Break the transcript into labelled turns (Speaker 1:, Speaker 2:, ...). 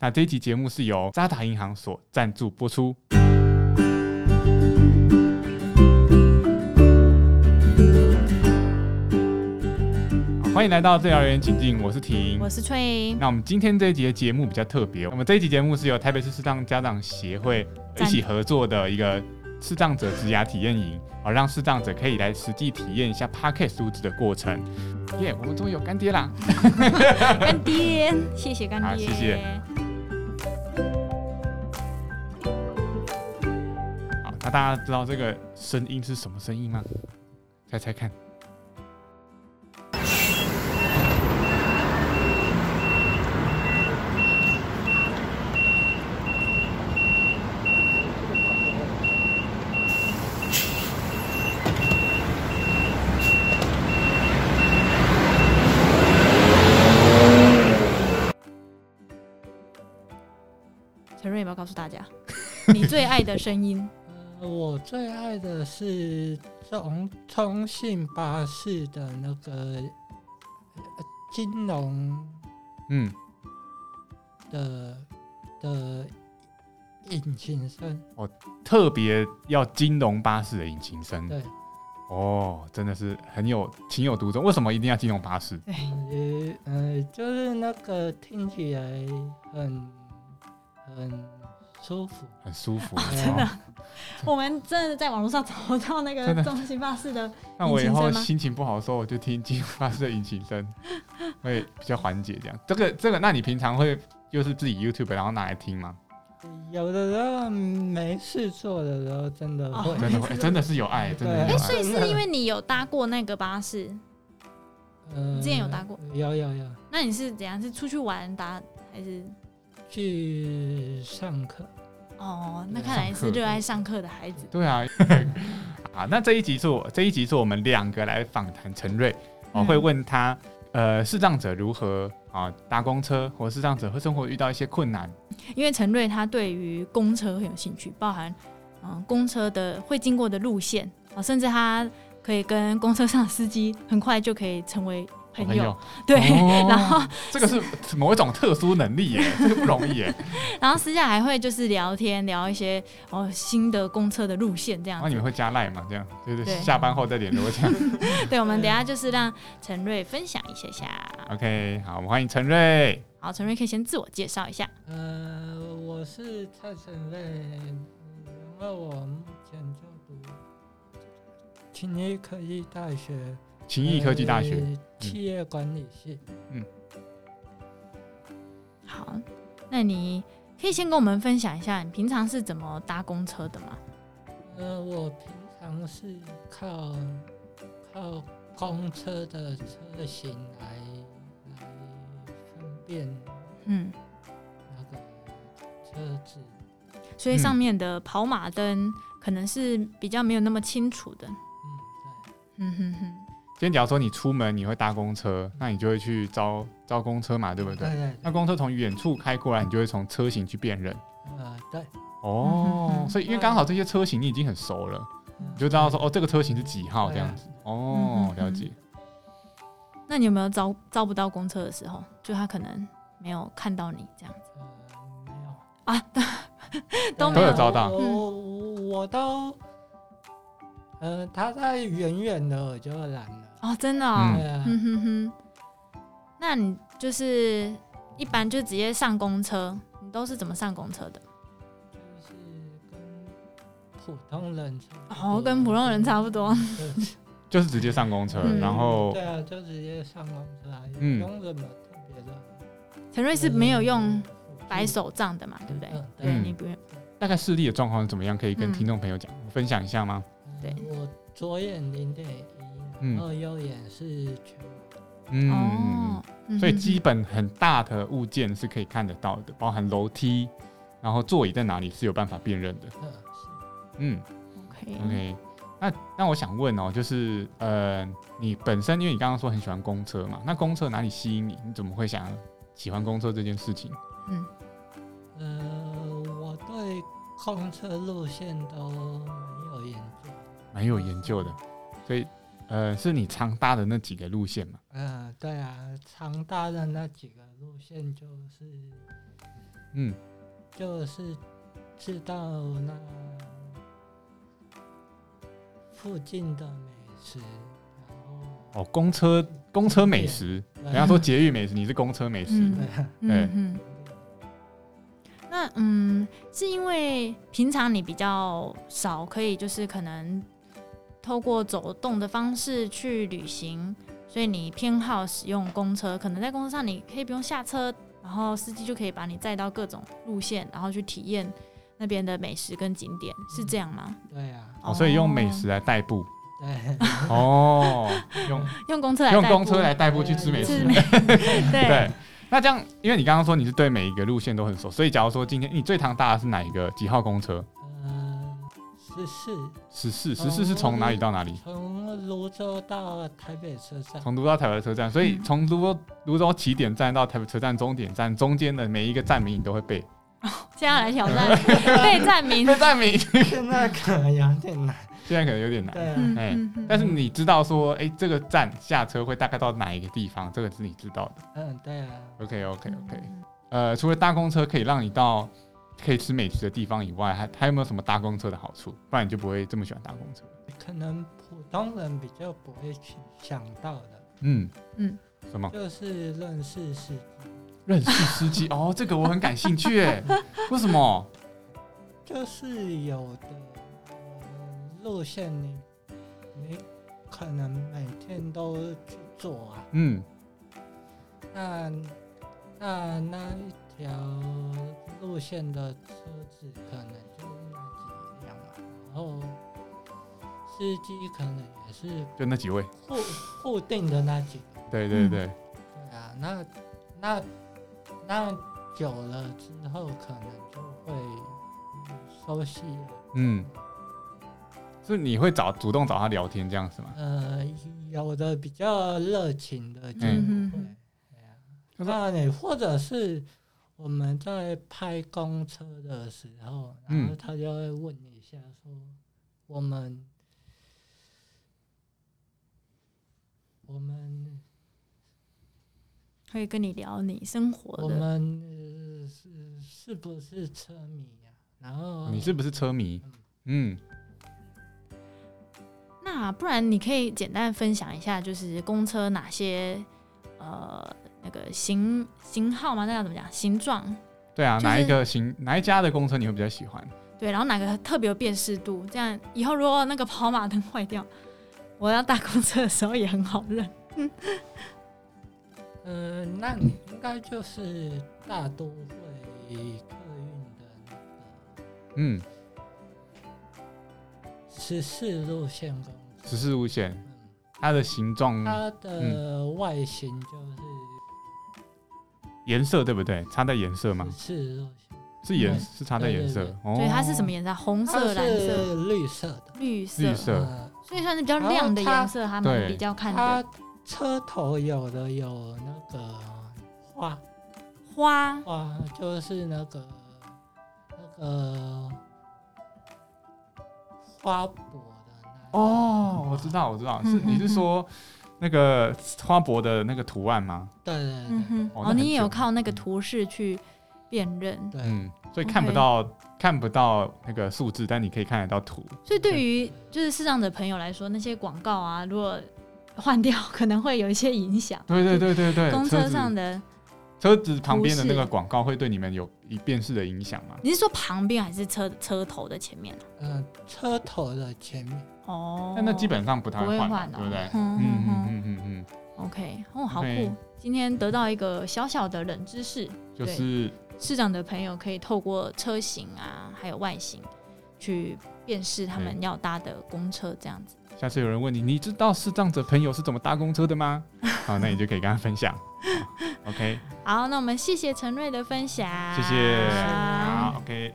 Speaker 1: 那这一集节目是由渣打银行所赞助播出。好欢迎来到治疗员情境，我是婷，
Speaker 2: 我是翠，
Speaker 1: 那我们今天这一集的节目比较特别，我们这一集节目是由台北市视障家长协会一
Speaker 2: 赞
Speaker 1: 起合作的一个视障者职涯体验营，好让视障者可以来实际体验一下 Podcast 录制的过程。耶、我们终于有干爹啦！
Speaker 2: 干 爹，谢谢干
Speaker 1: 好
Speaker 2: 爹，
Speaker 1: 谢谢。好，那大家知道这个声音是什么声音吗？猜猜看。
Speaker 2: 陈瑞有没有告诉大家 你最爱的声 音？
Speaker 3: 呃我最爱的是从通信巴士的那个呃金融
Speaker 1: 嗯，
Speaker 3: 的的引擎声，
Speaker 1: 特别要金融巴士的引擎声。
Speaker 3: 对，
Speaker 1: 哦，真的是很有情有独钟。为什么一定要金融巴士？
Speaker 2: 对，
Speaker 3: 呃呃，就是那个听起来很很舒服。
Speaker 1: 很舒服。
Speaker 3: 真的
Speaker 1: 哦
Speaker 2: 我们真的在网络上找到那
Speaker 1: 真的
Speaker 2: 个中心巴 士的，
Speaker 1: 那我以后
Speaker 2: 引擎声吗
Speaker 1: 心情不好的时候，我就听金发射引擎声，会比较缓解。这样，这个这个，那你平常会就是自己 YouTube 然后拿来听吗？
Speaker 3: 有的时候没事做的时候，真的
Speaker 2: 哦
Speaker 3: 会。
Speaker 1: 真的会，真的是有爱，真的
Speaker 3: 对
Speaker 1: 有爱
Speaker 2: 哎，所。以是因为你有搭过那个巴士，
Speaker 1: 嗯
Speaker 3: 呃
Speaker 2: 之前有搭过？
Speaker 3: 有有有，
Speaker 2: 那你是怎样？是出去玩搭还是？
Speaker 3: 去上课。
Speaker 2: 哦，那
Speaker 3: 对
Speaker 2: 看来
Speaker 1: 上课
Speaker 2: 是热爱上课的孩子。
Speaker 1: 对啊， 啊，那这一集是我这一集是我们两个来访谈陈瑞，我、
Speaker 2: 嗯
Speaker 1: 会问他，呃，视障者如何啊搭公车，或视障者会生活遇到一些困难，
Speaker 2: 因为陈瑞他对于公车很有兴趣，包含嗯、呃公车的会经过的路线啊、甚至他可以跟公车上的司机很快就可以成为朋友。对，
Speaker 1: 哦
Speaker 2: 然后
Speaker 1: 这个是某一种特殊能力 耶，这个不容易耶。
Speaker 2: 然后私下还会就是聊天，聊一些哦新的公车的路线这
Speaker 1: 然
Speaker 2: 样
Speaker 1: 后你
Speaker 2: 子
Speaker 1: 们。会加赖嘛？这样就是
Speaker 2: 啊对
Speaker 1: 下班后再联络这样。
Speaker 2: 对，我们等一下就是让陈瑞分享一下下。
Speaker 1: OK，好，我们欢迎陈瑞。
Speaker 2: 好，陈瑞可以先自我介绍一下。
Speaker 3: 呃，我是蔡成瑞，嗯然后我目前就读勤益科技大学
Speaker 1: 勤益科技大学，嗯
Speaker 3: 呃企业管理系。
Speaker 2: 好，那你可以先跟我们分享一下你平常是怎么搭公车的吗？
Speaker 3: 呃，我平常是靠靠公车的车型来来分辨
Speaker 2: 嗯，
Speaker 3: 那个车子。
Speaker 2: 所以上面的跑马灯可能是比较没有那么清楚的。
Speaker 3: 嗯，对，
Speaker 2: 嗯哼哼，
Speaker 1: 今天假如说你出门你会搭公车，那你就会去招招公车嘛，对不对？
Speaker 3: 对
Speaker 1: 那
Speaker 3: 对，
Speaker 1: 公车从远处开过来，你就会从车型去辨认。
Speaker 3: 呃，对，
Speaker 1: 哦
Speaker 2: 嗯，嗯嗯
Speaker 1: 所以因为刚好这些车型你已经很熟了，
Speaker 3: 嗯
Speaker 1: 你就知道说哦，这个车型是几号这
Speaker 3: 对啊
Speaker 1: 样子。哦，
Speaker 2: 嗯嗯嗯
Speaker 1: 了解。
Speaker 2: 那你有没有招招不到公车的时候，就他可能没有看到你这样子
Speaker 3: 呃，没有。
Speaker 2: 啊？ 都
Speaker 1: 嗯
Speaker 2: 嗯
Speaker 1: 没有都有遭到
Speaker 3: 我我我都，呃，他在远远的我就拦了。
Speaker 2: 哦，真的、哦，
Speaker 3: 对啊，
Speaker 2: 嗯哼哼。那你就是一般就直接上公车，你都是怎么上公车的？
Speaker 3: 就是跟普通人差不多。
Speaker 2: 哦，跟普通人差不多。
Speaker 3: 对。
Speaker 1: 就是直接上公车，
Speaker 2: 嗯
Speaker 1: 然后
Speaker 3: 对啊，就直接上公车啊，也不
Speaker 1: 嗯
Speaker 3: 用什么特别的。
Speaker 2: 陈瑞是没有用白手杖的嘛，对不对？
Speaker 3: 嗯
Speaker 2: 对，
Speaker 1: 嗯
Speaker 2: 你不用。
Speaker 1: 大概视力的状况是怎么样，可以跟
Speaker 2: 嗯
Speaker 1: 听众朋友讲分享一下吗？
Speaker 2: 对
Speaker 3: 嗯我左眼零点一，
Speaker 1: 嗯
Speaker 3: 然后右眼是全盲。
Speaker 1: 嗯
Speaker 2: 哦，，嗯
Speaker 1: 所以
Speaker 2: 哼
Speaker 1: 基
Speaker 2: 哼
Speaker 1: 本很大的物件是可以看得到的，包含楼梯，然后座椅在哪里是有办法辨认的。
Speaker 3: 嗯，是
Speaker 1: 嗯。
Speaker 2: OK，
Speaker 1: OK，那那我想问哦，就是呃，你本身因为你刚刚说很喜欢公车嘛，那公车哪里吸引你？你怎么会想喜欢公车这件事情？
Speaker 2: 嗯，
Speaker 3: 呃，我对公车路线都没有研究。
Speaker 1: 蛮有研究的，所以呃，是你常搭的那几个路线嘛？
Speaker 3: 嗯，对啊，常搭的那几个路线就是
Speaker 1: 嗯，
Speaker 3: 就是知道那附近的美食，然后
Speaker 1: 哦，公车公车美食，人家说捷运美食，你是公车美食
Speaker 2: 嗯，
Speaker 3: 对啊，
Speaker 1: 对
Speaker 2: 嗯嗯。那嗯，是因为平常你比较少可以，就是可能透过走动的方式去旅行，所以你偏好使用公车。可能在公车上你可以不用下车，然后司机就可以把你载到各种路线，然后去体验那边的美食跟景点，是这样吗？
Speaker 3: 对啊，
Speaker 1: 哦，所以用美食来代步，
Speaker 3: 对，
Speaker 1: 哦，用
Speaker 2: 用公车来
Speaker 1: 用
Speaker 2: 代
Speaker 1: 公
Speaker 2: 步
Speaker 1: 车来代步去吃美
Speaker 2: 是
Speaker 1: 食
Speaker 2: 美， 对
Speaker 1: 对。那这样，因为你刚刚说你是对每一个路线都很熟，所以假如说今天你最常搭的是哪一个几号公车？
Speaker 3: 呃，十四
Speaker 1: 十四，十四是从哪里到哪里？
Speaker 3: 从泸州到台北车站，
Speaker 1: 从泸州到台北车站，所以
Speaker 2: 嗯
Speaker 1: 从泸州泸州起点站到台北车站终点站中间的每一个站名你都会背，
Speaker 2: 现在要来挑战 被站名，
Speaker 1: 背站名
Speaker 3: 现在可能有点难，
Speaker 1: 现在可能有点难。
Speaker 3: 对啊，
Speaker 2: 嗯
Speaker 1: 哎
Speaker 2: 嗯嗯
Speaker 1: 但是你知道说，哎、这个站下车会大概到哪一个地方，这个是你知道的。
Speaker 3: 嗯，对啊，
Speaker 1: OK OK OK。
Speaker 2: 嗯
Speaker 1: 呃，除了搭公车可以让你到可以吃美食的地方以外，还还有没有什么搭公车的好处？不然你就不会这么喜欢搭公车。
Speaker 3: 可能普通人比较不会去想到的，
Speaker 1: 嗯
Speaker 2: 嗯，
Speaker 1: 什
Speaker 3: 哦
Speaker 1: 么
Speaker 3: 就是认识司机，
Speaker 1: 认识司 机？哦，这个我很感兴趣哎，为什么？
Speaker 3: 就是有的呃路线你你可能每天都去做啊，
Speaker 1: 嗯，
Speaker 3: 那那那一条路线的车子可能就那几辆啊，然后司机可能也是
Speaker 1: 就那几位。
Speaker 3: 固固定的那几个，
Speaker 1: 对对对，
Speaker 3: 对啊，那那那久了之后可能就会熟悉了，
Speaker 1: 嗯，是你会找主动找他聊天这样子吗？
Speaker 3: 呃，有的比较热情的就不会，
Speaker 2: 嗯嗯
Speaker 3: 对啊，
Speaker 1: 可是
Speaker 3: 那你或者是我们在拍公车的时候，然后
Speaker 1: 嗯
Speaker 3: 他就会问你一下说，我们我们
Speaker 2: 会跟你聊你生活
Speaker 3: 我
Speaker 2: 的，
Speaker 3: 们、呃、是是不是车迷呀、然
Speaker 2: 哦
Speaker 3: 后
Speaker 1: 你是不是车迷？嗯，
Speaker 2: 那不然你可以简单分享一下，就是公车哪些呃那个型型号吗？那要怎么讲？形状
Speaker 1: 对啊，
Speaker 2: 就是
Speaker 1: 哪一个行哪一家的公车你会比较喜欢？
Speaker 2: 对，然后哪个特别有辨识度？这样以后如果那个跑马灯坏掉，我要搭公车的时候也很好认。
Speaker 3: 嗯、呃那你应该就是大都会客运的那个
Speaker 1: 嗯，
Speaker 3: 十四路线公车。
Speaker 1: 十四路线，
Speaker 3: 嗯
Speaker 1: 它的形状、
Speaker 3: 它的外形就是
Speaker 1: 颜色对不对？差在颜色吗？
Speaker 3: 赤
Speaker 2: 嗯
Speaker 3: 肉型，
Speaker 1: 是颜
Speaker 3: 对
Speaker 1: 是差在颜色
Speaker 3: 对对。
Speaker 1: 哦
Speaker 2: 对，它是什么？颜色啊？红
Speaker 3: 它
Speaker 2: 色、蓝色、
Speaker 3: 是绿色的，
Speaker 2: 绿色，
Speaker 1: 绿色
Speaker 3: 呃
Speaker 2: 所以算是比较亮的
Speaker 3: 然后它
Speaker 2: 颜色，他们
Speaker 1: 对
Speaker 2: 比较看
Speaker 3: 它
Speaker 2: 的
Speaker 3: 车头有的有那个花
Speaker 2: 花。
Speaker 3: 花，就是那个那个花朵的那种
Speaker 1: 哦，我知，道，我知道，是
Speaker 2: 嗯嗯
Speaker 1: 你是说那个花博的那个图案吗？
Speaker 3: 对对
Speaker 2: 嗯
Speaker 3: 对
Speaker 2: 哼，
Speaker 1: 哦那
Speaker 2: 哦，
Speaker 1: 很
Speaker 2: 你也有
Speaker 1: 久
Speaker 2: 靠那个图示去辨认。
Speaker 3: 对，
Speaker 1: 嗯，所以看不
Speaker 2: OK
Speaker 1: 到看不到那个数字，但你可以看得到图。
Speaker 2: 所以对于就是视障的朋友来说，那些广告啊，如果换掉， 可能会有一些影响。
Speaker 1: 对对对对对，
Speaker 2: 公
Speaker 1: 哎车
Speaker 2: 车
Speaker 1: 子
Speaker 2: 上的，
Speaker 1: 车子旁边的
Speaker 2: 图示
Speaker 1: 那个广告会对你们有一辨识的影响吗？
Speaker 2: 你是说旁边还是车车头的前面啊？
Speaker 3: 嗯，车头的前面，
Speaker 2: 哦，
Speaker 1: 哎但那基本上不太
Speaker 2: 不会
Speaker 1: 换
Speaker 2: 换
Speaker 1: 嘛，
Speaker 2: 哦
Speaker 1: 对不对？
Speaker 2: 嗯
Speaker 1: 嗯
Speaker 2: 嗯
Speaker 1: 嗯
Speaker 2: 嗯
Speaker 1: 嗯嗯
Speaker 2: ，OK，哦，好酷
Speaker 1: OK
Speaker 2: 今天得到一个小小的冷知识，
Speaker 1: 嗯，就是
Speaker 2: 市长的朋友可以透过车型啊，还有外形去辨识他们
Speaker 1: 嗯
Speaker 2: 要搭的公车这样子。
Speaker 1: 下次有人问你，你知道视障者朋友是怎么搭公车的吗？好，那你就可以跟他分享。好 OK，
Speaker 2: 好，那我们谢谢陈瑞的分享，
Speaker 1: 谢谢。
Speaker 3: 好
Speaker 1: 好，OK。